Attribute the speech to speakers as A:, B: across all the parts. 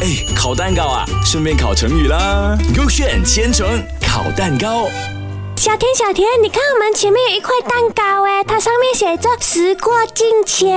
A: 哎，烤蛋糕啊，顺便烤成语啦。勾选千层烤蛋糕，
B: 小田，小田，你看我们前面有一块蛋糕哎，它上面写着“时过境迁”，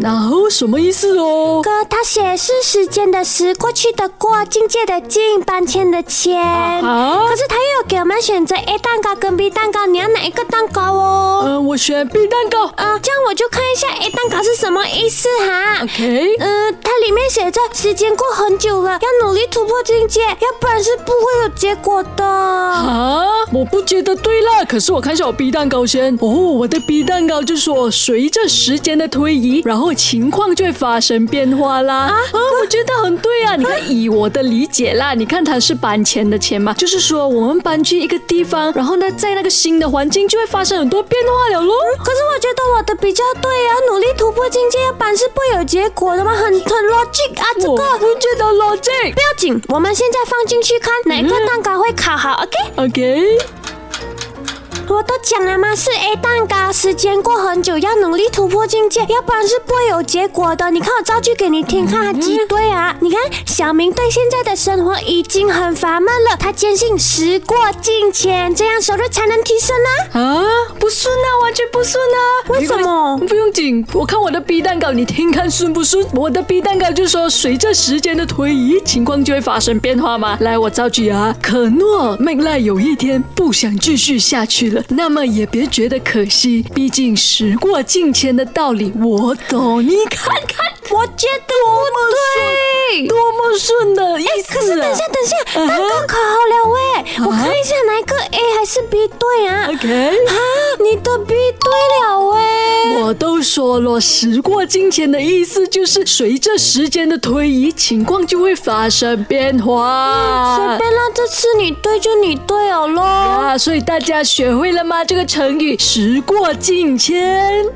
C: 然后什么意思哦？
B: 哥，它写是时间的时，过去的过，境界的境，搬迁的迁。
C: 啊
B: 可是它又有给我们选择 A 蛋糕跟 B 蛋糕，你要哪一个蛋糕哦？
C: 呃，我选 B 蛋糕。
B: 呃，这样我就看一下 A 蛋糕是什么意思哈。
C: OK，
B: 嗯，它里面写着时间过很久了，要努力突破境界，要不然是不会有结果的。
C: 啊，我不觉得对啦。可是我看一下我 B 蛋糕先。哦，我的 B 蛋糕就说，随着时间的推移，然后情况就会发生变化啦。啊，我觉得很对啊。你看，以我的理解啦，你看它是搬迁的迁嘛，就是说我们搬去一个地方，然后呢，在那个新的环境就会发生很多变化了喽。
B: 可是我觉得我的比较对啊，努力突破境界，要不然是不会有结果的嘛，很很 logic 啊，这
C: 我
B: 个。
C: 不觉得 logic
B: 不。要紧，我们现在放进去看哪一个蛋糕会烤好，OK？
C: OK，
B: 我都讲了嘛，是 A 蛋糕，时间过很久，要努力突破境界，要不然是不会有结果的。你看我造句给你听，看它几对啊？你看小明对现在的生活已经很乏闷了，他坚信时过境迁，这样收入才能提升啊。
C: 啊，不顺啊，完全不顺啊！
B: 为什么
C: 没关系不用紧，我看我的 B 蛋糕，你听看顺不顺？我的 B 蛋糕就说，随着时间的推移，情况就会发生变化嘛。来，我造句啊，可诺麦赖有一天不想继续下去了，那么也别觉得可惜，毕竟时过境迁的道理我懂。你看看，
B: 我觉得不对。
C: 多么顺的意
B: 可是
C: 思啊
B: 等一下，等一下，
C: 嗯哼嗯
B: 蛋糕烤好了喂，我看一下哪一个 A 还是 B 对啊？
C: ！OK，
B: 啊，你的 B 对了喂。
C: 我都说了，时过境迁的意思就是随着时间的推移，情况就会发生变
B: 嗯随
C: 化。
B: 便啦，这次你对就你对哦喽。
C: 啊，所以大家学会了吗？这个成语“时过境迁”。